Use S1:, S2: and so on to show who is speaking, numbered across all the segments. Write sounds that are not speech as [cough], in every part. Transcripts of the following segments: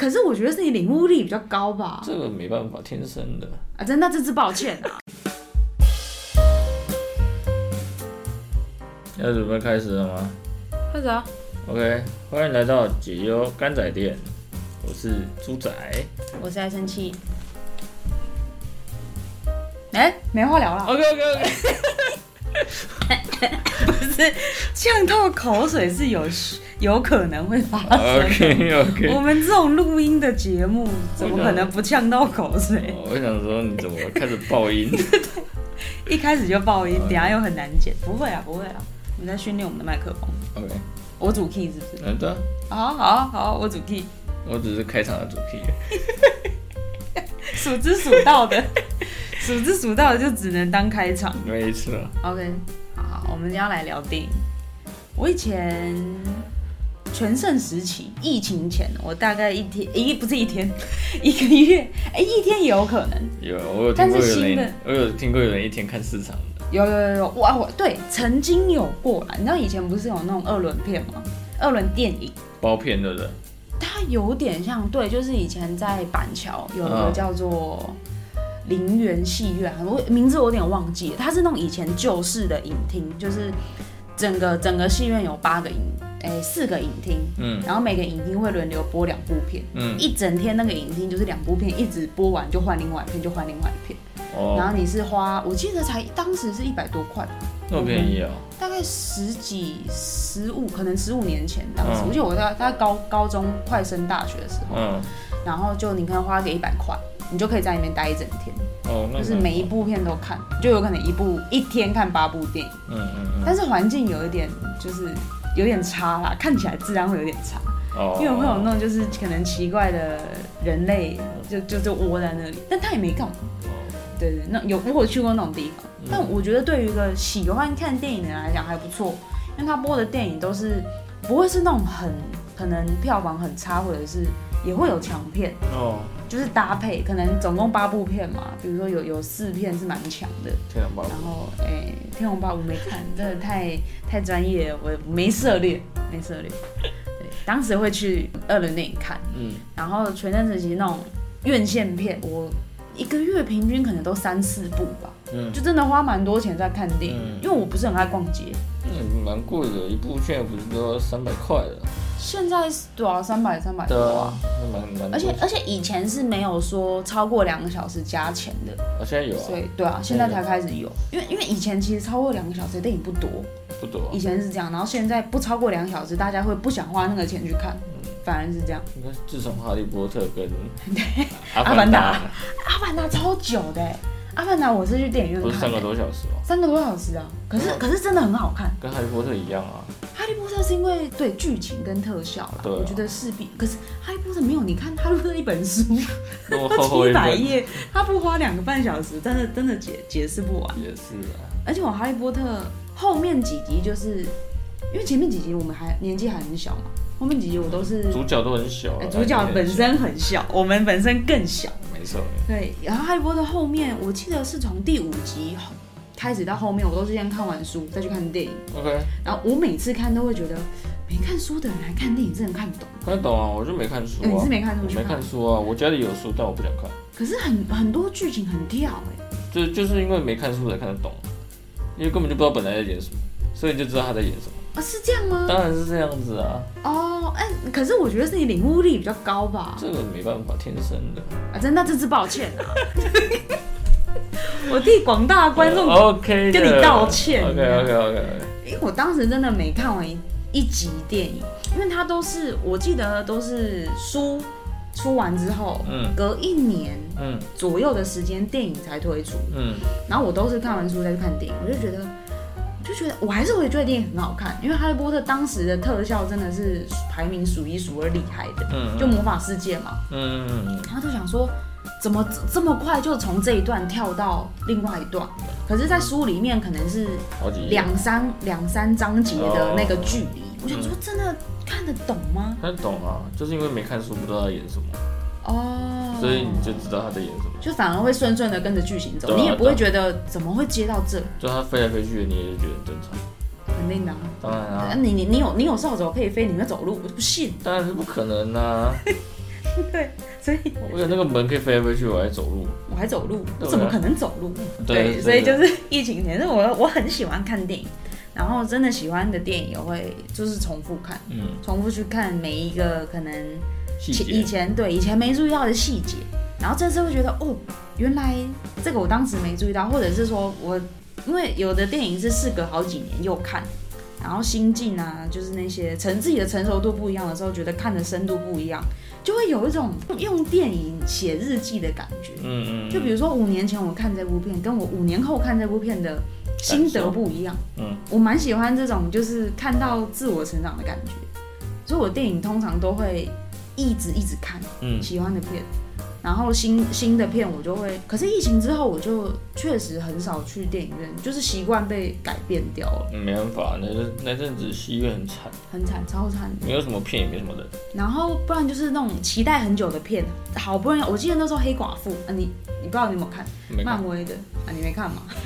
S1: 可是我觉得是你领悟力比较高吧？
S2: 这个没办法，天生的。
S1: 啊，真的，这只抱歉啊。
S2: 要准备开始了吗
S1: 开始啊，
S2: ？OK，欢迎来到解忧干仔店，我是猪仔。
S1: 我是爱生气。哎、没话聊了，
S2: OK OK [laughs] OK，
S1: 不是呛到口水是有有可能会发生的。
S2: OK OK，
S1: 我们这种录音的节目，怎么
S2: 我想
S1: 可能不呛到口水？
S2: 哦我想说你怎么开始爆音？
S1: 一开始就爆音，等一下又很难剪。不会啊，不会啊，我们在训练我们的麦克风。
S2: OK，
S1: 我主 key 是不是？
S2: 难道
S1: 好啊好啊好啊，我主 key，
S2: 我只是开场的主题？
S1: 数之数到的，数之数到的就只能当开场。
S2: 没错，
S1: OK，好好，我们今天要来聊电影。我以前全盛时期，疫情前，我大概一天一不是一天， [laughs] 一个月，哎、一天也有可能。
S2: 有我有听
S1: 但
S2: 过
S1: 是
S2: 有
S1: 新的
S2: 人，我有听过有人一天看市场的，
S1: 有有有有，哇，我对曾经有过啦。你知道以前不是有那种二轮片吗？二轮电影，
S2: 包片对不对？
S1: 它有点像，对，就是以前在板桥有一个
S2: 嗯
S1: 叫做林园戏院，我名字我有点忘记了，它是那种以前旧式的影厅，就是整个整个戏院有八个影，哎、四个影厅，
S2: 嗯
S1: 然后每个影厅会轮流播两部片，
S2: 嗯，
S1: 一整天那个影厅就是两部片，一直播完就换另外一片，就换另外一片，然
S2: 哦，
S1: 后你是花，我记得才当时是一百多块吧。
S2: 那么便宜哦。
S1: 大概十几、十五，可能十五年前当时，
S2: 嗯
S1: 我记得我在大概高高中快升大学的时候，
S2: 嗯，
S1: 然后就你可能花个一百块，你就可以在里面待一整天，
S2: 哦，那
S1: 就是
S2: 蛮
S1: 每一
S2: 好，
S1: 部片都看，就有可能一部一天看八部电影，
S2: 嗯嗯嗯，
S1: 但是环境有一点就是有点差啦，看起来质量会有点差，
S2: 哦，
S1: 因为会有那种就是可能奇怪的人类就就就窝在那里，但他也没干嘛。对对，那有我有去过那种地方，
S2: 哦嗯
S1: 但我觉得对于一个喜欢看电影的人来讲还不错，因为他播的电影都是不会是那种很可能票房很差，或者是也会有强片，
S2: 哦，
S1: 就是搭配，可能总共八部片嘛，比如说有有四片是蛮强的，
S2: 天啊哪，
S1: 然后诶，天龙八部》没看，真的太太专业了，我没涉猎，没涉猎。对，当时会去二轮电影看。
S2: 嗯。
S1: 然后全盛时期那种院线片，我一个月平均可能都三四部吧，
S2: 嗯
S1: 就真的花蛮多钱在看电影，
S2: 嗯
S1: 因为我不是很爱逛街。
S2: 嗯，蛮贵的，一部现在不是都要三百块了？
S1: 现在是多少？三百三百多啊！，
S2: 那蛮蛮多。
S1: 而且而且以前是没有说超过两个小时加钱的，
S2: 我现在有
S1: 所
S2: 啊，
S1: 以对啊，现在才开始有，因为因为以前其实超过两个小时的电影不多，
S2: 不多啊
S1: 以，前是这样，然后现在不超过两个小时，大家会不想花那个钱去看，
S2: 嗯
S1: 反而是这样。
S2: 应该是自从《哈利波特》
S1: [laughs]
S2: 跟阿
S1: 阿
S2: 凡
S1: 凡
S2: 达
S1: 达，阿凡达超久的欸，阿凡达我是去电影院
S2: 不
S1: 看的
S2: 是
S1: 欸，
S2: 三个多小时吗？
S1: 三个多小时啊，可是
S2: 嗯
S1: 可是真的很好看。
S2: 跟《哈利波特》一样啊，
S1: 哈利波特是因为对剧情跟特效啦，
S2: 对啊
S1: 我觉得势必。可是哈利波特没有，你看哈利波特一本书，
S2: 那么厚厚
S1: 七
S2: 一
S1: 百
S2: 本，
S1: 页，他不花两个半小时，真的真的解解释不完。
S2: 也是啊，
S1: 而且我哈利波特后面几集就是，因为前面几集我们还年纪还很小嘛，后面几集我都是、
S2: 主角都很小啊
S1: 哎，主角本身很小，我们本身更小。
S2: 没错，
S1: 对，然后《哈利波特》后面，我记得是从第五集后开始到后面，我都是先看完书再去看电影。
S2: OK，
S1: 然后我每次看都会觉得，没看书的人来看电影真的看不懂。
S2: 看得懂啊，我就没看书
S1: 哎你
S2: 啊
S1: 是，没看书
S2: 我
S1: 去
S2: 没看书啊，我家里有书，但我不想看，
S1: 可是很很多剧情很跳哎、
S2: 就就是因为没看书才看得懂，因为根本就不知道本来在演什么，所以你就知道他在演什么，
S1: 啊是这样吗？
S2: 当然是这样子啊。
S1: 哦，哎、可是我觉得是你领悟力比较高吧？
S2: 这个没办法，天生的。
S1: 啊，真的，这只抱歉 [laughs] 啊，我替广大观众，
S2: 呃 OK
S1: 跟你道歉
S2: OK OK OK，
S1: 因为我当时真的没看完一一集电影，因为它都是我记得都是书出完之后，
S2: 嗯
S1: 隔一年
S2: 嗯
S1: 左右的时间电影才推出，
S2: 嗯，
S1: 然后我都是看完书再去看电影，我就觉得，我就觉得我还是会觉得电影很好看，因为《哈利波特》当时的特效真的是排名数一数二厉害的，
S2: 嗯
S1: 就魔法世界嘛，
S2: 嗯嗯
S1: 然后就想说，怎么这这么快就从这一段跳到另外一段？可是，在书里面可能是
S2: 好几页，
S1: 两三两三章节的那个距
S2: 哦
S1: 离，
S2: 嗯
S1: 我想说真的看得懂吗？
S2: 看得懂啊，就是因为没看书，不知道他演什么，
S1: 哦，
S2: 所以你就知道他在演什么。
S1: 就反而会顺顺的跟着剧情走，
S2: 对啊
S1: 你也不会觉得怎么会接到这，
S2: 就他飞来飞去，你也就觉得很正常。
S1: 肯定的、啊。
S2: 当然
S1: 啊
S2: 啊，
S1: 你你你有你有扫帚可以飞，你会走路，我就不信。
S2: 当然是不可能啊。
S1: [laughs] 对，所以
S2: 我有那个门可以飞来飞去，我还走路。
S1: 我还走路，我
S2: 对啊
S1: 怎么可能走路？对，所以就是疫情前，但是我我很喜欢看电影，然后真的喜欢的电影也会就是重复看，
S2: 嗯，
S1: 重复去看每一个可能
S2: 细
S1: 前以
S2: 节
S1: 前对以前没注意到的细节，然后这次会觉得哦，原来这个我当时没注意到，或者是说我因为有的电影是事隔好几年又看，然后心境啊，就是那些成自己的成熟度不一样的时候，觉得看的深度不一样，就会有一种用电影写日记的感觉。
S2: 嗯嗯，
S1: 就比如说五年前我看这部片，跟我五年后看这部片的心得不一样。
S2: 嗯，
S1: 我蛮喜欢这种就是看到自我成长的感觉，所以我电影通常都会一直一直看
S2: 嗯
S1: 喜欢的片，然后新新的片我就会。可是疫情之后，我就确实很少去电影院，就是习惯被改变掉了，
S2: 嗯没办法，那那阵子戏院很惨，
S1: 很惨，超惨。
S2: 没有什么片，也没什么人。
S1: 然后不然就是那种期待很久的片，好不容易我记得那时候黑寡妇，啊你你不知道你有没有看？
S2: 没看
S1: 漫威的啊，你没看吗？ [laughs]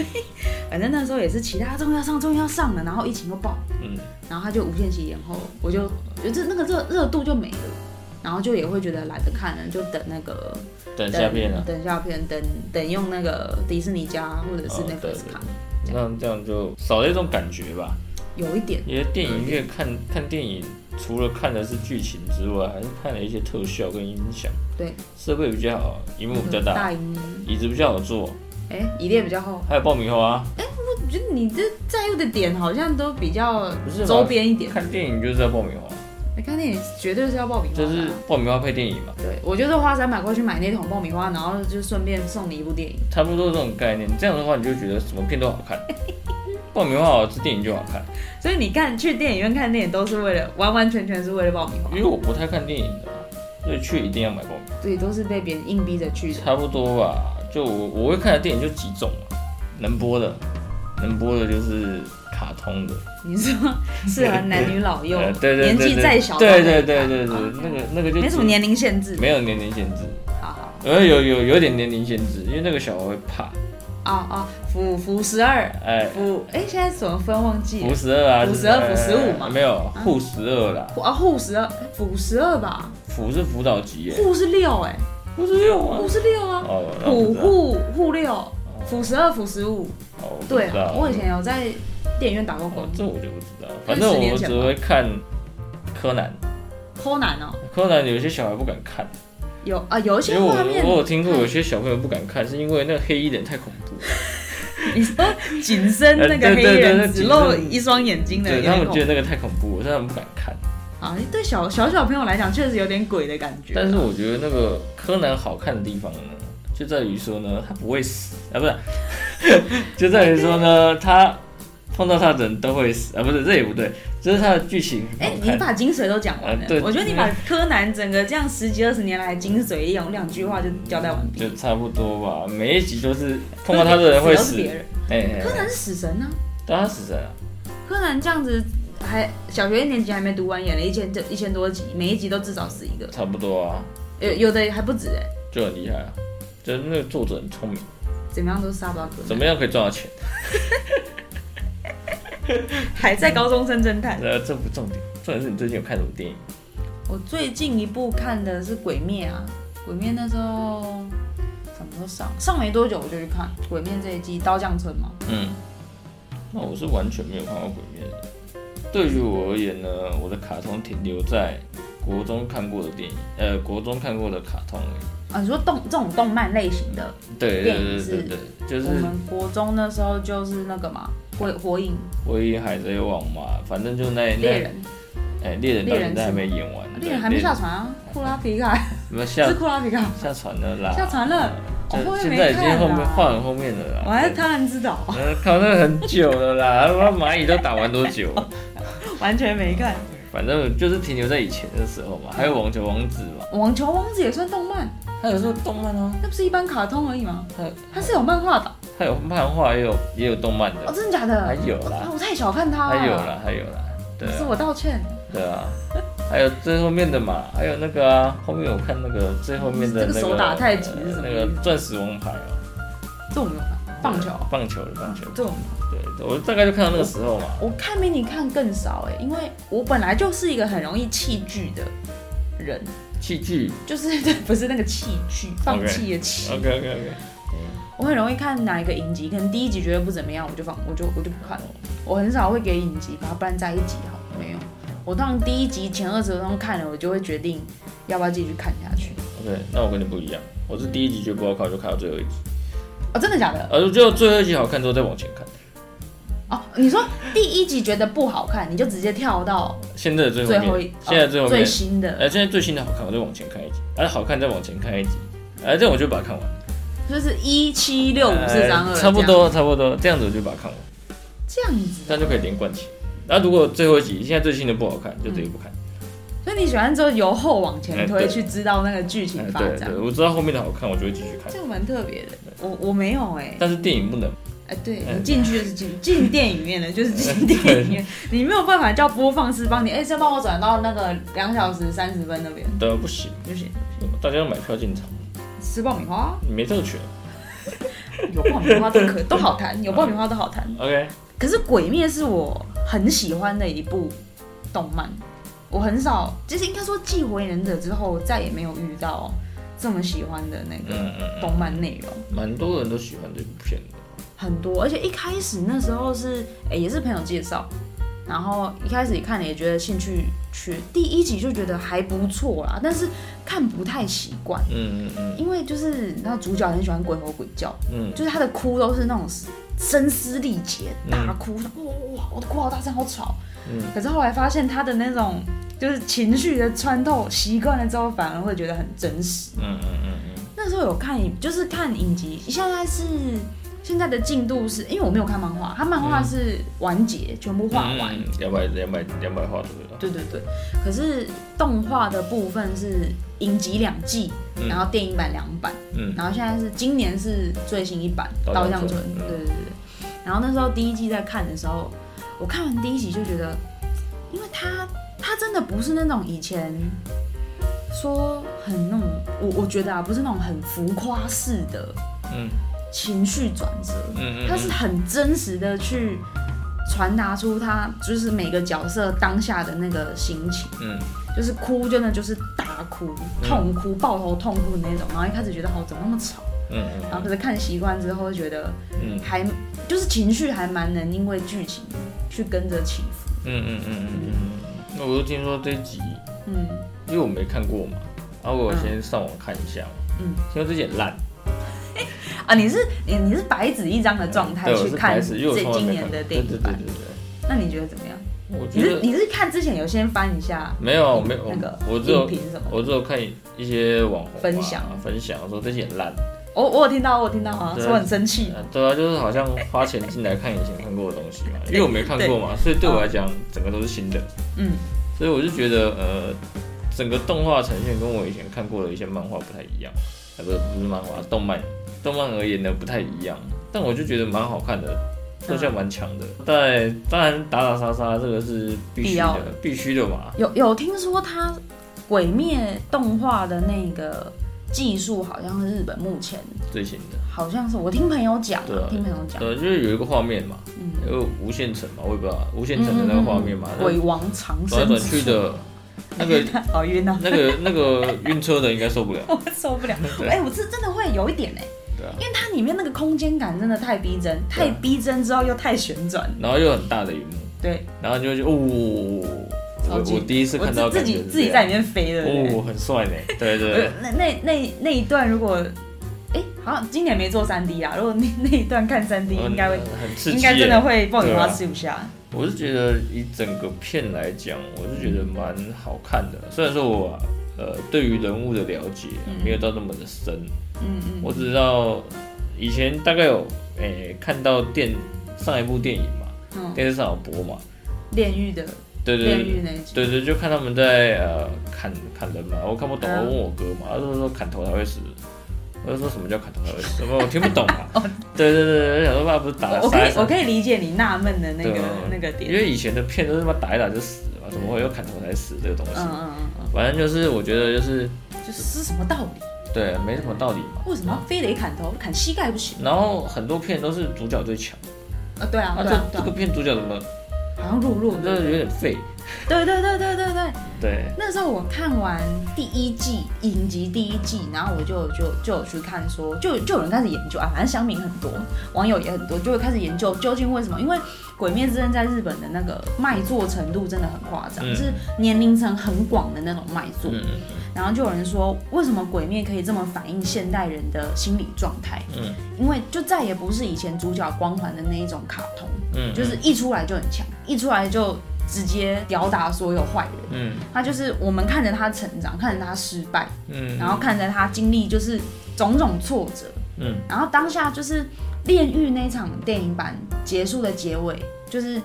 S1: 反正那时候也是期待，啊终于要上，终于要上了，然后疫情又爆，
S2: 嗯，
S1: 然后他就无限期延后，我就就是那个热热度就没了，然后就也会觉得懒得看了，就等那个
S2: 等下片啊。
S1: 等下片，等等用那个迪士尼加或者是
S2: 哦对
S1: Netflix
S2: 对
S1: 看，
S2: 那这样就少了一种感觉吧。
S1: 有一点
S2: 因为电影院看看电影，除了看的是剧情之外，还是看了一些特效跟音响，
S1: 对，
S2: 设备比较好，荧幕比较大，
S1: 嗯大荧幕，
S2: 椅子比较好坐，
S1: 哎、椅垫比较厚，
S2: 还有爆米花。
S1: 我觉得你这在乎的点好像都比较
S2: 不是吧
S1: 周边一点，
S2: 看电影就是要爆米花，
S1: 你看电影绝对是要爆米花的
S2: 就
S1: 啊、
S2: 是爆米花配电影嘛，
S1: 对，我就是花三百块去买那桶爆米花，然后就顺便送你一部电影。
S2: 差不多这种概念。这样的话，你就觉得什么片都好看，爆米花好吃，电影就好看。
S1: 所以你看去电影院看电影都是为了完完全全是为了爆米花
S2: 因，为我不太看电影的，所以去一定要买爆米花，
S1: 对，都是被别人硬逼着去的。
S2: 差不多吧。就我我会看的电影就几种嘛，能播的，能播的就是卡通的。
S1: 你说适合男女老幼
S2: 呃，对对对，
S1: 年纪
S2: 对
S1: 再小都可
S2: 对
S1: 以
S2: 对
S1: 看
S2: 对对对，
S1: 好
S2: 那个那个就
S1: 没啊什么年龄限制。啊
S2: 没有年龄限制，
S1: 好好
S2: 呃有有有点年龄限制，因为那个小孩会怕，
S1: 哦哦，辅辅十二，
S2: 哎，
S1: 辅哎现在怎么分忘记
S2: 扶
S1: 了？
S2: 十二啊，
S1: 扶
S2: 就是
S1: 12扶15
S2: 哎
S1: 嘛嗯
S2: 没有护十二啦，
S1: 啊护十二，辅十二吧，
S2: 扶是辅导级耶，
S1: 护是六哎，
S2: 护是六啊
S1: 护，是六啊，
S2: 哦，那
S1: 辅
S2: 我不知道
S1: 护护六，辅十二辅十五，
S2: 哦我不
S1: 对啊
S2: 知道，
S1: 我以前有在电影院打过工
S2: 哦，这我就不知道，反正
S1: 十年
S2: 我
S1: 前
S2: 只
S1: 吧
S2: 会看柯南，
S1: 柯南哦，
S2: 柯南有些小孩不敢看，
S1: 有啊，有一
S2: 因
S1: 些
S2: 为
S1: 画面
S2: 我我有听过有些小朋友不敢看，是因为那个黑衣人太恐怖了。
S1: 你说紧身那个黑人只露一双眼睛的，
S2: 对
S1: 有点
S2: 他们
S1: 恐
S2: 觉得那个太恐怖了，所以他们不敢看。
S1: 怖啊，对小小小朋友来讲确实有点鬼的感觉。
S2: 但是我觉得那个柯南好看的地方呢，就在于说呢，他不会死啊，不是， [laughs] 就在于说呢，他碰到他的人都会死啊，不是，这也不对，就是他的剧情很
S1: 哎
S2: 好，
S1: 你
S2: 看。
S1: 把精髓都讲完了
S2: 啊，对
S1: 我觉得你把柯南整个这样十几二十年来精髓用两句话就交代完毕。
S2: 就差不多吧，每一集都是碰到他的人会
S1: 都是
S2: 死，
S1: 别人
S2: 哎、哎
S1: 柯
S2: 哎
S1: 南是死神呢、
S2: 当他死神啊，
S1: 柯南这样子还小学一年级还没读完，演了一千这一千多集，每一集都至少死一个，
S2: 差不多啊，
S1: 有有的还不止哎、
S2: 就很厉害啊，就是那个作者很聪明，
S1: 怎么样都杀不到柯
S2: 怎
S1: 南。
S2: 么样可以赚到钱？
S1: 还在高中生侦探。
S2: 呃，这不重点，重点是你最近有看什么电影？
S1: 我最近一部看的是《鬼灭》啊，《鬼灭》那时候什么时候上？上没多久我就去看《鬼灭》这一季《刀匠村》嘛。
S2: 嗯，那我是完全没有看过鬼灭的。对于我而言呢，我的卡通停留在国中看过的电影，呃，国中看过的卡通而已。
S1: 啊，你说动这种动漫类型的，
S2: 对对
S1: 电
S2: 对
S1: 影
S2: 对对，就是
S1: 我们国中那时候就是那个嘛，《火火影
S2: 《火影》《海贼王》嘛，反正就
S1: 猎
S2: 那那
S1: 人》
S2: 哎猎人到
S1: 猎人
S2: 现在还
S1: 是吗
S2: 没演完，
S1: 啊，
S2: 对
S1: 猎人还没下，船啊，库拉皮卡
S2: 没有下
S1: 是库拉皮卡，
S2: 下船了啦，
S1: 下船了，我
S2: 哦这
S1: 后面
S2: 现
S1: 没
S2: 在已经
S1: 看
S2: 后面
S1: 啦，
S2: 换很后面了啦。
S1: 我还是贪婪之岛，
S2: 呃看了很久了啦，他妈蚂蚁都打完多久？
S1: 完全没看。
S2: 反正就是停留在以前的时候嘛，还有网球王子嘛，
S1: 网球王子也算动漫，哦
S2: 他有时候动漫啊，
S1: 那不是一般卡通而已吗？
S2: 他
S1: 它是有漫画的
S2: 还有漫画，也有也有动漫
S1: 哦，
S2: 的，
S1: 真的假的？
S2: 还有啦
S1: 啊，我太小看它了。
S2: 还有哎啦，还有啦，对
S1: 是
S2: 啊，
S1: 我道歉，
S2: 对啊，还有最后面的嘛，还有那个啊，后面我看那个最后面
S1: 这
S2: 的那
S1: 个
S2: 个
S1: 手打太极是什么
S2: 那
S1: 意思
S2: 个钻石王牌哦，
S1: 这我没有看棒球，
S2: 棒球的棒球，
S1: 这种
S2: 对，我大概就看到那个时候嘛，
S1: 我看欸比你看更少哎、因为我本来就是一个很容易弃剧的人， [laughs]
S2: 器具。
S1: 就是对，不是那个器具，放弃的弃。
S2: OK OK OK，
S1: 我很容易看哪一个影集，可能第一集觉得不怎么样，我就放，我就我就不看了。我很少会给影集把它搬在一起，好了，没有。我通常第一集前二十分钟看了，我就会决定要不要继续看下去。
S2: OK，那我跟你不一样，我是第一集就不好看，我就看到最后一集，
S1: 哦，真的假的？
S2: 而我就最后一集好看之后再往前看，
S1: 哦，你说第一集觉得不好看，你就直接跳到
S2: 现在的最后
S1: 最
S2: 面，
S1: 后一，
S2: 现在最后
S1: 哦、
S2: 面，
S1: 最新的，
S2: 呃，现在最新的好看，我再往前看一集，哎、好看再往前看一集，哎、这样我就把它看完。
S1: 就是一七六五四三二，
S2: 呃差不多差不多，这样子我就把它看完，
S1: 这样子。
S2: 这样就可以连贯起来。那如果最后一集现在最新的不好看，就直接不看。
S1: 所以你喜欢就由后往前
S2: 哎
S1: 推，
S2: 对
S1: 去知道那个剧情
S2: 哎
S1: 发
S2: 对
S1: 展
S2: 对，，我知道后面的好看，我就会继续看
S1: 这。样蛮特别的。我我没有哎、
S2: 但是电影不能，
S1: 哎，对
S2: 哎
S1: 你进去就是进进电影院的，就是进电
S2: [laughs]
S1: 影院，你没有办法叫播放室帮你，哎，再帮我转到那个两小时三十分那边
S2: 对，不行，
S1: 就行。
S2: 大家要买票进场，
S1: 吃爆米花，
S2: 你没特权。
S1: 有爆米花都可都好谈，有爆米花都好谈。
S2: OK，
S1: 可是《鬼灭》是我很喜欢的一部动漫，我很少，就是应该说继《火影忍者》之后再也没有遇到这么喜欢的那个
S2: 嗯嗯，
S1: 动漫内容。
S2: 蛮多人都喜欢这部片的。
S1: 很多，而且一开始那时候是，哎、也是朋友介绍，然后一开始看了也觉得兴趣缺，第一集就觉得还不错啦，但是看不太习惯，
S2: 嗯嗯嗯
S1: 因为就是那主角很喜欢鬼吼鬼叫，
S2: 嗯，
S1: 就是他的哭都是那种声嘶力竭大哭，哇，我的哭好大声，好吵。
S2: 嗯
S1: 可是后来发现他的那种就是情绪的穿透习惯了之后，反而会觉得很真实。
S2: 嗯嗯嗯嗯，
S1: 那时候有看影，就是看影集，现在是现在的进度是，因为我没有看漫画，它漫画是完结，全部画完。
S2: 嗯，两百两百两百话左右。
S1: 对对对，可是动画的部分是影集两季，
S2: 嗯
S1: 然后电影版两版，
S2: 嗯
S1: 然后现在是今年是最新一版《
S2: 稻
S1: 稻
S2: 香
S1: 香
S2: 村
S1: 村》，
S2: 嗯
S1: 对对对对。然后那时候第一季在看的时候，我看完第一集就觉得，因为它它真的不是那种以前说很那种，我我觉得啊，不是那种很浮夸式的
S2: 嗯
S1: 情绪转折，
S2: 嗯嗯，
S1: 它是很真实的去传达出他就是每个角色当下的那个心情，
S2: 嗯
S1: 就是哭真的就是大哭、
S2: 嗯
S1: 痛哭、抱头痛哭的那种。然后一开始觉得哦怎么那么吵，
S2: 嗯
S1: 然后可是看习惯之后觉得
S2: 嗯
S1: 还就是情绪还蛮能因为剧情去跟着起伏，
S2: 嗯嗯嗯嗯嗯，那我就听说这集，
S1: 嗯，
S2: 因为我没看过嘛，然后我先上网看一下嘛，
S1: 嗯，
S2: 听说这集很烂，
S1: 啊，你是你你是白纸一张的状态
S2: 对，我
S1: 去
S2: 是
S1: 看
S2: 开
S1: 这
S2: 始，因为我从来
S1: 今
S2: 没
S1: 年
S2: 看，
S1: 的
S2: 对
S1: 电
S2: 对对
S1: 影
S2: 对
S1: 版，
S2: 对，
S1: 那你觉得怎么样？
S2: 我
S1: 你
S2: 觉
S1: 是
S2: 得
S1: 你是看之前有先翻一下
S2: 没有没有
S1: 那个，
S2: 我只
S1: 影
S2: 有
S1: 评什么的？
S2: 我只有看一些网红啊
S1: 分享
S2: 分享说这集很烂，
S1: 我我有听到，我有听到啊，
S2: 对
S1: 说很生气。
S2: 呃对啊，就是好像花钱进来看以前看过的东西嘛，因为我没看过嘛，所以对嗯我来讲，整个都是新的。
S1: 嗯，
S2: 所以我就觉得，呃，整个动画呈现跟我以前看过的一些漫画不太一样，啊，不是不是漫画，动漫，动漫而言呢不太一样，但我就觉得蛮好看的，特效蛮强的。但当然打打杀杀这个是必须
S1: 必要
S2: 的
S1: 的，
S2: 必须的嘛。
S1: 有有听说他《鬼灭》动画的那个技术好像是日本目前
S2: 最新的，
S1: 好像是我听朋友讲
S2: 对啊，
S1: 听朋友讲，
S2: 呃，就是有一个画面嘛，
S1: 嗯，
S2: 有无限城嘛，我也不知道无限城的那个画面嘛，那
S1: 鬼王长
S2: 转来
S1: 生
S2: 转
S1: 之
S2: 去
S1: 术，
S2: 的，那个
S1: [laughs] 好晕啊，
S2: 那个那个晕车的应该受不了。
S1: 我受不了。
S2: [laughs] 对
S1: 哎，我是真的会有一点哎，
S2: 对啊
S1: 因为它里面那个空间感真的太逼真，
S2: 对啊
S1: 太逼真之后又太旋转，
S2: 然后又很大的荧幕，
S1: 对，
S2: 然后你就会觉得哦，
S1: 超
S2: 我
S1: 级
S2: 我第一次
S1: 我
S2: 看到
S1: 自自
S2: 感觉
S1: 己
S2: 是
S1: 自己
S2: 这样
S1: 在里面飞的，对不对
S2: 哦，很帅呢，对对对
S1: 呃，那那那那一段如果，哎、好像今年没做三 D 啊。如果那那一段看三 D，
S2: 嗯
S1: 应该会、
S2: 很刺激耶，
S1: 应该真的会爆米花
S2: 对啊
S1: 吃不下。
S2: 我是觉得以整个片来讲，我是觉得蛮好看的。虽然说我呃对于人物的了解
S1: 嗯
S2: 没有到那么的深，
S1: 嗯嗯，
S2: 我只知道以前大概有诶、看到电上一部电影嘛，
S1: 嗯，
S2: 电视上有播嘛，
S1: 炼狱的
S2: 对对
S1: 炼
S2: 对
S1: 狱那一集，
S2: 对对，就看他们在呃砍砍人嘛，我看不懂，
S1: 嗯
S2: 我问我哥嘛，他就说砍头才会死，我就说什么叫砍头才会死，我我听不懂
S1: [laughs]
S2: 嘛。对对对对，我想说爸不是打
S1: 哦我我可
S2: 杀一
S1: 以
S2: 杀
S1: 我，可以理解你纳闷的那
S2: 对
S1: 个
S2: 啊
S1: 那个
S2: 因
S1: 点。
S2: 为以前的片都是他妈打一打就死了嘛，怎么会有砍头才死这个东西
S1: 嗯？嗯嗯嗯，
S2: 反正就是我觉得就是
S1: 就是是什么道理？
S2: 对，没什么道理嘛。
S1: 为什么非得砍头、砍
S2: 嗯
S1: 膝盖不行？
S2: 然后很多片都是主角最强，
S1: 啊，对啊，
S2: 那
S1: 对啊，对
S2: 这这
S1: 啊
S2: 个，片主角怎么
S1: 好像弱弱
S2: 就是
S1: 的。
S2: 有点废。
S1: 对对对对对对，
S2: 对，
S1: 那时候我看完第一季影集第一季，然后我就就就有去看说，就就有人开始研究啊，反正乡民很多，网友也很多，就会开始研究究竟为什么？因为《鬼灭之刃》在日本的那个卖座程度真的很夸张，
S2: 嗯
S1: 是年龄层很广的那种卖座。
S2: 嗯
S1: 然后就有人说，为什么《鬼灭》可以这么反映现代人的心理状态？
S2: 嗯
S1: 因为就再也不是以前主角光环的那一种卡通，
S2: 嗯，
S1: 就是一出来就很强，一出来就直接吊打所有坏人。
S2: 嗯
S1: 他就是我们看着他成长，看着他失败，
S2: 嗯，
S1: 然后看着他经历就是种种挫折，
S2: 嗯
S1: 然后当下就是《炼狱》那场电影版结束的结尾，就是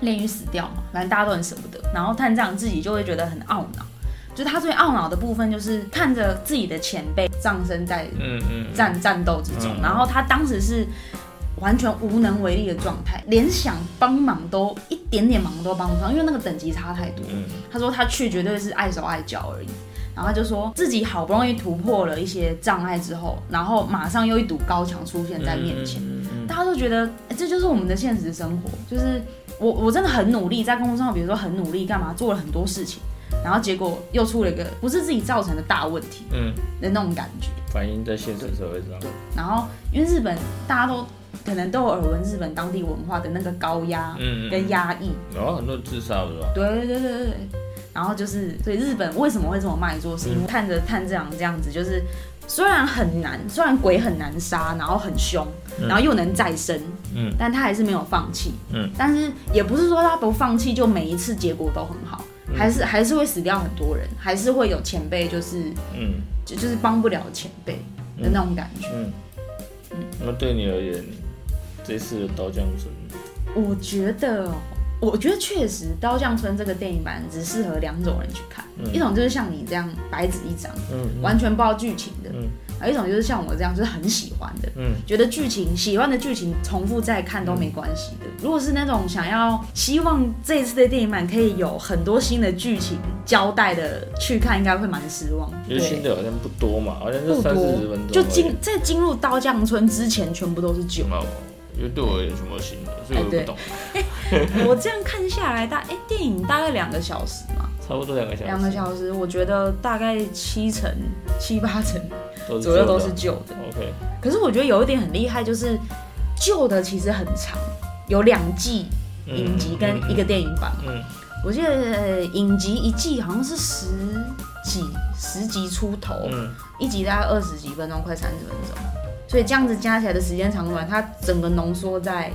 S1: 炼狱死掉嘛，反正大家都很舍不得，然后探长自己就会觉得很懊恼，就是他最懊恼的部分就是看着自己的前辈葬身在
S2: 嗯嗯，
S1: 战战斗之中，
S2: 嗯
S1: 然后他当时是完全无能为力的状态，连想帮忙都一点点忙都帮不上，因为那个等级差太多。
S2: 嗯
S1: 他说他去绝对是碍手碍脚而已。然后他就说自己好不容易突破了一些障碍之后，然后马上又一堵高墙出现在面前，
S2: 嗯
S1: 大家都觉得、诶这就是我们的现实生活，就是我我真的很努力在工作上，比如说很努力干嘛，做了很多事情，然后结果又出了一个不是自己造成的大问题
S2: 嗯，
S1: 的那种感觉。
S2: 反映在现实社会上。
S1: 对，然后因为日本大家都可能都有耳闻日本当地文化的那个高压
S2: 嗯
S1: 跟压抑，
S2: 然后很多人自杀不是吧？
S1: 对对对对对。然后就是，所以日本为什么会这么卖座，是因为看着炭治郎这样子，就是虽然很难，虽然鬼很难杀，然后很凶，然后又能再生，
S2: 嗯，
S1: 但他还是没有放弃，
S2: 嗯，
S1: 但是也不是说他不放弃就每一次结果都很好，
S2: 嗯
S1: 还是还是会死掉很多人，还是会有前辈就是
S2: 嗯
S1: 就就是帮不了前辈的那种感觉。
S2: 嗯，那对你而言，这次的刀匠村，
S1: 我觉得哦，我觉得确实《刀匠村》这个电影版只适合两种人去看，一种就是像你这样白纸一张，
S2: 嗯
S1: 完全不知道剧情的；，
S2: 嗯
S1: 还有一种就是像我这样，就是很喜欢的，
S2: 嗯
S1: 觉得剧情喜欢的剧情重复再看都没关系的。
S2: 嗯
S1: 如果是那种想要希望这一次的电影版可以有很多新的剧情交代的去看，应该会蛮失望。
S2: 因为新
S1: 对，
S2: 的好像不多嘛，好像就
S1: 不
S2: 三四
S1: 多
S2: 十分钟，
S1: 就进在进入《刀匠村》之前，全部都是
S2: [laughs]
S1: 旧。
S2: 嘛，因为对我而言什么新的，所以我不懂，
S1: 我这样看下来，大哎、电影大概两个小时嘛。
S2: 差不多两个小时，
S1: 两个小时，我觉得大概七成、七八成
S2: 时
S1: 左右都是旧的。
S2: OK，
S1: 可是我觉得有一点很厉害，就是旧的其实很长，有两季影集跟一个电影版。
S2: 嗯
S1: 我记得呃影集一季好像是十几、十集出头，
S2: 嗯
S1: 一集大概二十几分钟，快三十分钟。所以这样子加起来的时间长短，它整个浓缩在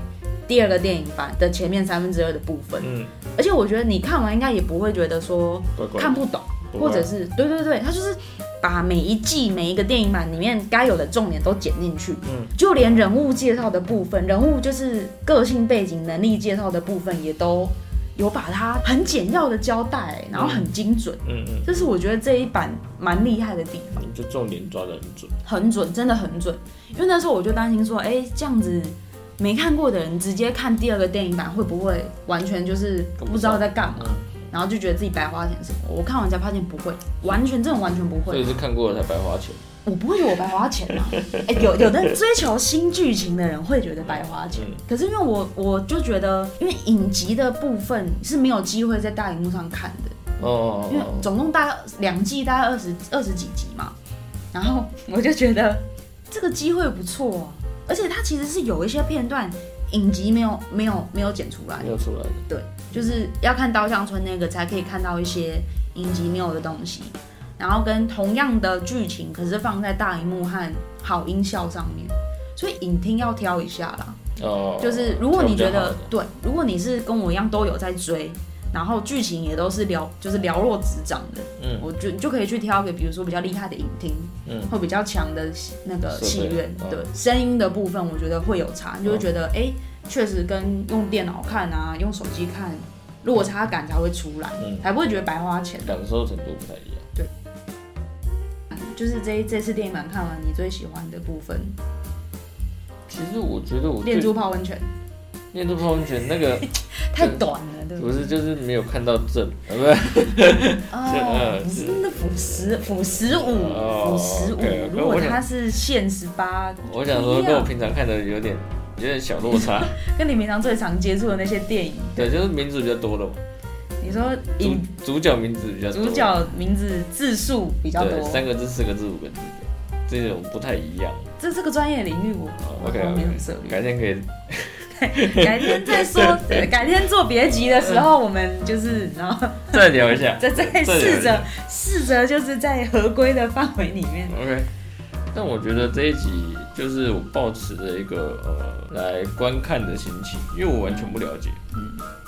S1: 第二个电影版的前面三分之二的部分。
S2: 嗯，
S1: 而且我觉得你看完应该也不会觉得说
S2: 怪怪
S1: 看不懂。或者是对对对，他就是把每一季每一个电影版里面该有的重点都剪进去，
S2: 嗯，
S1: 就连人物介绍的部分，人物就是个性背景、能力介绍的部分，也都有把它很简要的交代，然后很精准。
S2: 嗯嗯，
S1: 这是我觉得这一版蛮厉害的地方，
S2: 你就重点抓得很准，
S1: 很准，真的很准。因为那时候我就担心说，哎，这样子没看过的人直接看第二个电影版，会不会完全就是不知道在干嘛，然后就觉得自己白花钱什么？我看完才发现不会，完全真的完全不会
S2: 所。以是看过了才白花钱，
S1: 我不会觉得我白花钱
S2: [laughs]
S1: 啊。哎、有有的追求新剧情的人会觉得白花钱，
S2: 嗯
S1: 可是因为我我就觉得，因为影集的部分是没有机会在大荧幕上看的，
S2: 哦
S1: 因为总共大概两季大概二十二十几集嘛，然后我就觉得这个机会不错、啊，而且它其实是有一些片段影集没有没有没有剪出来的
S2: 没，有出来的，
S1: 就是要看刀匠村那个才可以看到一些影集没有的东西，然后跟同样的剧情，可是放在大荧幕和好音效上面，所以影厅要挑一下啦。
S2: 哦，
S1: 就是如果你觉
S2: 这样
S1: 得
S2: 比较好
S1: 对，如果你是跟我一样都有在追，然后剧情也都是了就是了若指掌的，
S2: 嗯
S1: 我就就可以去挑一个比如说比较厉害的影厅，
S2: 嗯
S1: 或比较强的那个
S2: 设备
S1: 戏院，
S2: 嗯
S1: 对，声音的部分我觉得会有差，你就会觉得哎，诶确、实跟用电脑看啊，用手机看落差感才会出来，
S2: 嗯
S1: 才不会觉得白花钱。
S2: 感受程度不太一样。
S1: 就是这这次电影版看完，你最喜欢的部分，
S2: 其实我觉得我
S1: 练
S2: 对
S1: 珠泡温泉
S2: 念珠泡温泉那个
S1: 太短了，对不对？
S2: 不是就是没有看到正， [laughs] 呃，不是
S1: 哦，
S2: 嗯
S1: 你是那腐十腐十五
S2: 哦
S1: 腐十五
S2: OK，OK，，
S1: 如果
S2: 我想
S1: 它是限十八，
S2: 我想说
S1: 不一
S2: 跟我
S1: 样
S2: 平常看的有点有点小落
S1: [laughs]
S2: 差。
S1: 跟你平常最常接触的那些电影，
S2: 对，就是名字比较多了嘛，
S1: 你说
S2: 主
S1: 影
S2: 主角名字比较多，
S1: 主角名字字数比较
S2: 对
S1: 多，
S2: 三个字、四个字、五个字的，这种不太一样。哦
S1: 这是个专业领域我，我
S2: OK
S1: 我没什么涉
S2: OK，改天可以
S1: 猎。改天再
S2: [laughs]
S1: 说，对改天做别集的时候，我们就是然后
S2: 再聊一下。 [laughs]
S1: 再再
S2: 再
S1: 试
S2: 聊
S1: 着试着就是在合规的范围里面，
S2: OK，但我觉得这一集就是我抱持的一个呃来观看的心情，因为我完全不了解。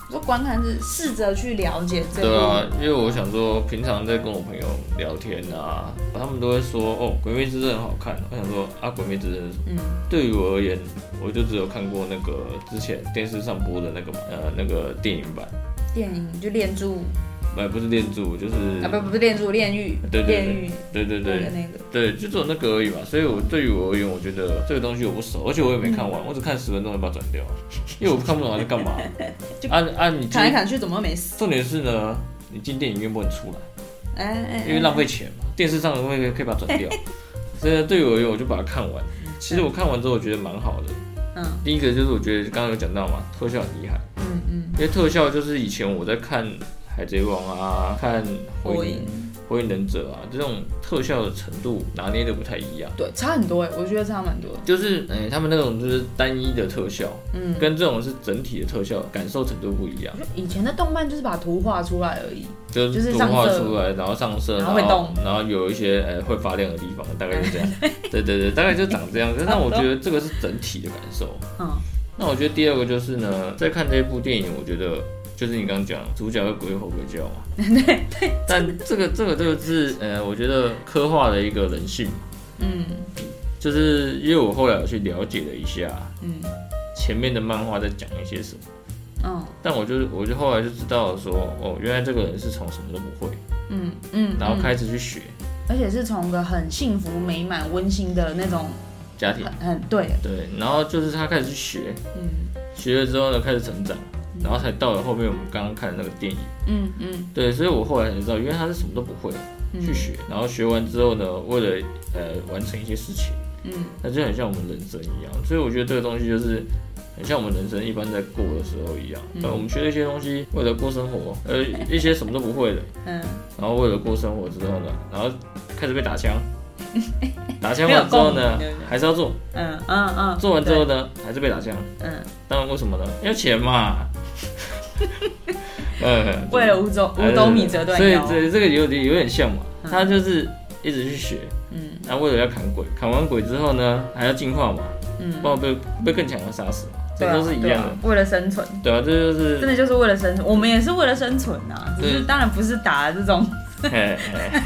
S1: 说观看是试着去了解这
S2: 对啊
S1: 个，，
S2: 因为我想说，平常在跟我朋友聊天啊，他们都会说哦，《鬼灭之刃》很好看。我想说啊，《鬼灭之刃》
S1: 嗯，
S2: 对于我而言，我就只有看过那个之前电视上播的那个嘛呃那个电影版，
S1: 电影就练柱
S2: 呃不是恋柱，就是
S1: 啊，不不是练柱，炼狱，
S2: 对对
S1: 炼狱
S2: 对对
S1: 那个
S2: 对
S1: 那个，
S2: 对，就只有那个而已嘛。所以我对于我而言，我觉得这个东西我不熟，而且我也没看
S1: 嗯
S2: 完，我只看十分钟就把它转掉，因为我看不懂它在干嘛。
S1: [laughs]
S2: 啊啊，你进
S1: 砍来砍去怎么没死？
S2: 重点是呢，你进电影院不能出来。
S1: 哎哎，哎
S2: 因为浪费钱嘛，电视上的会可以把它转
S1: [laughs]
S2: 掉。所以对我而言，我就把它看完。其实我看完之后，我觉得蛮好的。
S1: 嗯
S2: 第一个就是我觉得刚刚有讲到嘛，特效很厉害，
S1: 嗯嗯，
S2: 因为特效就是以前我在看《海贼王》啊，看《火
S1: 火
S2: 影
S1: 影》
S2: 《火影忍者》啊，这种特效的程度拿捏的不太一样。
S1: 对，差很多哎，我觉得差蛮多的，
S2: 就是，哎、他们那种就是单一的特效，
S1: 嗯。
S2: 跟这种是整体的特效，感受程度不一样。
S1: 以前的动漫就是把图画出来而已，
S2: 就
S1: 就是是
S2: 图
S1: 上
S2: 画
S1: 色
S2: 出来，然后上色，
S1: 然后会动
S2: 然后有一些呃会发亮的地方，大概就这样。对对对，大概就长这样。但我觉得这个是整体的感受。
S1: 嗯，
S2: 那我觉得第二个就是呢，在看这部电影，我觉得就是你刚刚讲主角会鬼吼鬼叫
S1: [laughs]
S2: 嘛。对对。 [laughs] 但这个这个就是呃，我觉得刻画了一个人性，
S1: 嗯
S2: 就是因为我后来有去了解了一下
S1: 嗯
S2: 前面的漫画在讲一些什么，
S1: 嗯
S2: 但我就我就后来就知道了说，哦，原来这个人是从什么都不会，
S1: 嗯嗯，
S2: 然后
S1: 嗯，
S2: 开始去学
S1: 而且是从个很幸福、美满、温馨的那种，
S2: 家庭。
S1: 很很对，
S2: 对，然后就是他开始去学，
S1: 嗯
S2: 学了之后呢，开始成长，然后才到了后面我们刚刚看的那个电影。
S1: 嗯嗯
S2: 对，所以我后来才知道，原来他是什么都不会去
S1: 嗯
S2: 学，然后学完之后呢，为了呃完成一些事情，
S1: 嗯，
S2: 那就很像我们人生一样。所以我觉得这个东西就是。很像我们人生一般在过的时候一样，
S1: 嗯
S2: 呃，我们学了一些东西，为了过生活，呃，一些什么都不会的，
S1: 嗯，
S2: 然后为了过生活之后呢，然后开始被
S1: [laughs]
S2: 打枪，打枪
S1: 没有
S2: 完之后呢
S1: 共鸣对不对，
S2: 还是要做，
S1: 嗯嗯嗯，
S2: 做完之后呢，还是被打枪，
S1: 对，嗯，
S2: 当然，为什么呢？要钱嘛。 [laughs] 呃，
S1: 为了五斗五斗米折断
S2: 所以
S1: 腰，
S2: 这这个有点有点像嘛，
S1: 嗯
S2: 他就是一直去学，
S1: 嗯
S2: 然后为了要砍鬼，砍完鬼之后呢，还要进化嘛，
S1: 嗯
S2: 不，然被被更强的杀死嘛，
S1: 对
S2: 这
S1: 啊
S2: 都是一样
S1: 对
S2: 的
S1: 啊，为了生存，
S2: 对啊，这就
S1: 真
S2: 是，
S1: 的就是为了生存，我们也是为了生存啊，只是
S2: 对
S1: 当然不是打这种 [laughs]
S2: 嘿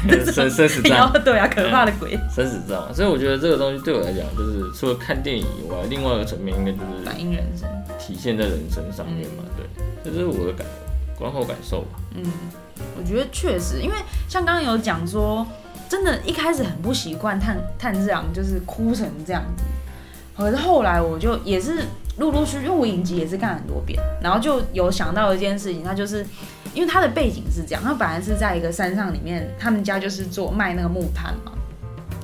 S2: 嘿生生死
S1: 比较 [laughs]
S2: 战，
S1: 对啊可怕的鬼
S2: 生死战嘛，所以我觉得这个东西对我来讲，就是除了看电影以外，另外一个层面应该就是
S1: 反映人生，
S2: 体现在人生上面嘛，对，这就是我的感观后感受吧，
S1: 嗯，我觉得确实，因为像刚刚有讲说，真的，一开始很不习惯炭炭治郎就是哭成这样子，可是后来我就也是陆陆续续，因为我影集也是看很多遍，然后就有想到一件事情，他就是因为他的背景是这样，他本来是在一个山上里面，他们家就是做卖那个木炭嘛，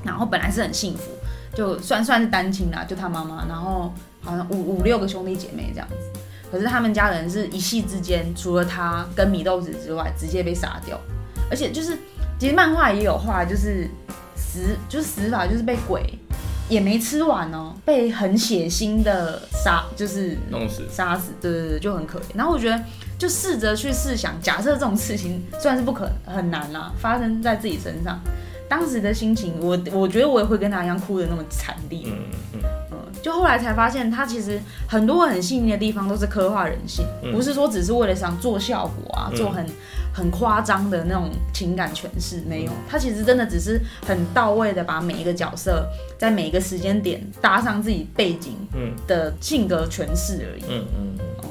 S1: 然后本来是很幸福，就算算是单亲啦，就他妈妈，然后好像五五六个兄弟姐妹这样子。可是他们家人是一夕之间，除了他跟米豆子之外，直接被杀掉。而且就是，其实漫画也有画，就是死，就是死法就是被鬼也没吃完哦，被很血腥的杀，就是
S2: 弄死
S1: 杀死，对对对，就很可怜。然后我觉得，就试着去试想，假设这种事情虽然是不可很难啦，发生在自己身上，当时的心情，我我觉得我也会跟他一样哭的那么惨烈。
S2: 嗯嗯，
S1: 嗯，就后来才发现，他其实很多很细腻的地方都是刻画人性，
S2: 嗯
S1: 不是说只是为了想做效果啊，
S2: 嗯
S1: 做很很夸张的那种情感诠释，没
S2: 嗯
S1: 有，他其实真的只是很到位的把每一个角色在每一个时间点搭上自己背景
S2: 嗯
S1: 的性格诠释而已。
S2: 嗯嗯嗯，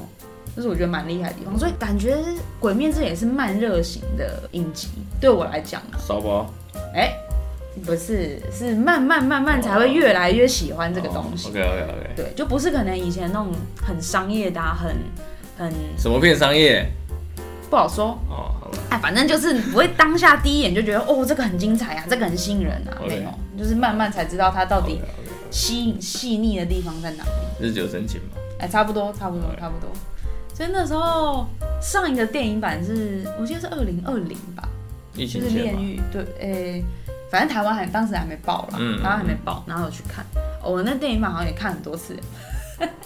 S1: 这是我觉得蛮厉害的地方，哦所以感觉《鬼面之刃》也是慢热型的影集，对我来讲啊，
S2: 烧包。
S1: 哎、不是，是慢慢慢慢才会越来越喜欢这个东西。
S2: OK OK OK，
S1: 对，就不是可能以前那种很商业的、啊，很很
S2: 什么片商业？
S1: 不好说。
S2: 哦，好吧，
S1: 哎，反正就是不会当下第一眼就觉得哦，这个很精彩啊，这个很吸引人啊
S2: OK
S1: 没有，就是慢慢才知道它到
S2: OK
S1: 底
S2: OK，
S1: 吸引细腻的地方在哪里。
S2: 日久生情嘛。
S1: 哎，差不多，差不多，
S2: 对
S1: 差不多。所以那时候上一个电影版是，我记得是二零二零吧，
S2: 疫
S1: 就
S2: 情
S1: 是
S2: 前
S1: 炼
S2: 嘛，
S1: 狱，对，诶、反正台湾还当时还没爆啦，
S2: 嗯
S1: 台湾还没爆，然后有去看。哦我那电影版好像也看很多次，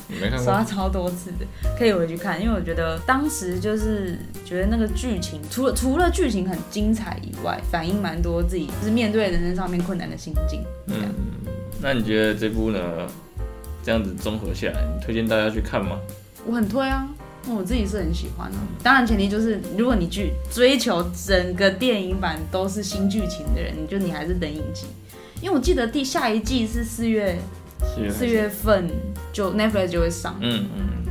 S2: 你没看过？
S1: 刷超多次的，可以回去看，因为我觉得当时就是觉得那个剧情，除了除了剧情很精彩以外，反映蛮多自己就是面对人生上面困难的心境。这样
S2: 嗯，那你觉得这部呢？这样子综合下来，你推荐大家去看吗？
S1: 我很推啊，我自己是很喜欢
S2: 嗯
S1: 啊。当然前提就是，如果你去追求整个电影版都是新剧情的人，你就你还是等影集，因为我记得第下一季是四月
S2: 四月。
S1: 四。月份就 Netflix 就会上，
S2: 嗯嗯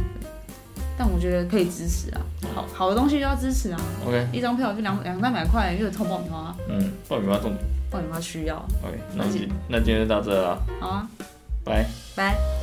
S1: 但我觉得可以支持啊，好好的东西就要支持啊，
S2: ，OK，
S1: 一张票就两两三百块，又有超爆米花，
S2: 嗯，爆米花重点。
S1: 爆米花需要，
S2: OK，那今那今天就到这了啊，
S1: 好啊，
S2: 拜。
S1: 拜。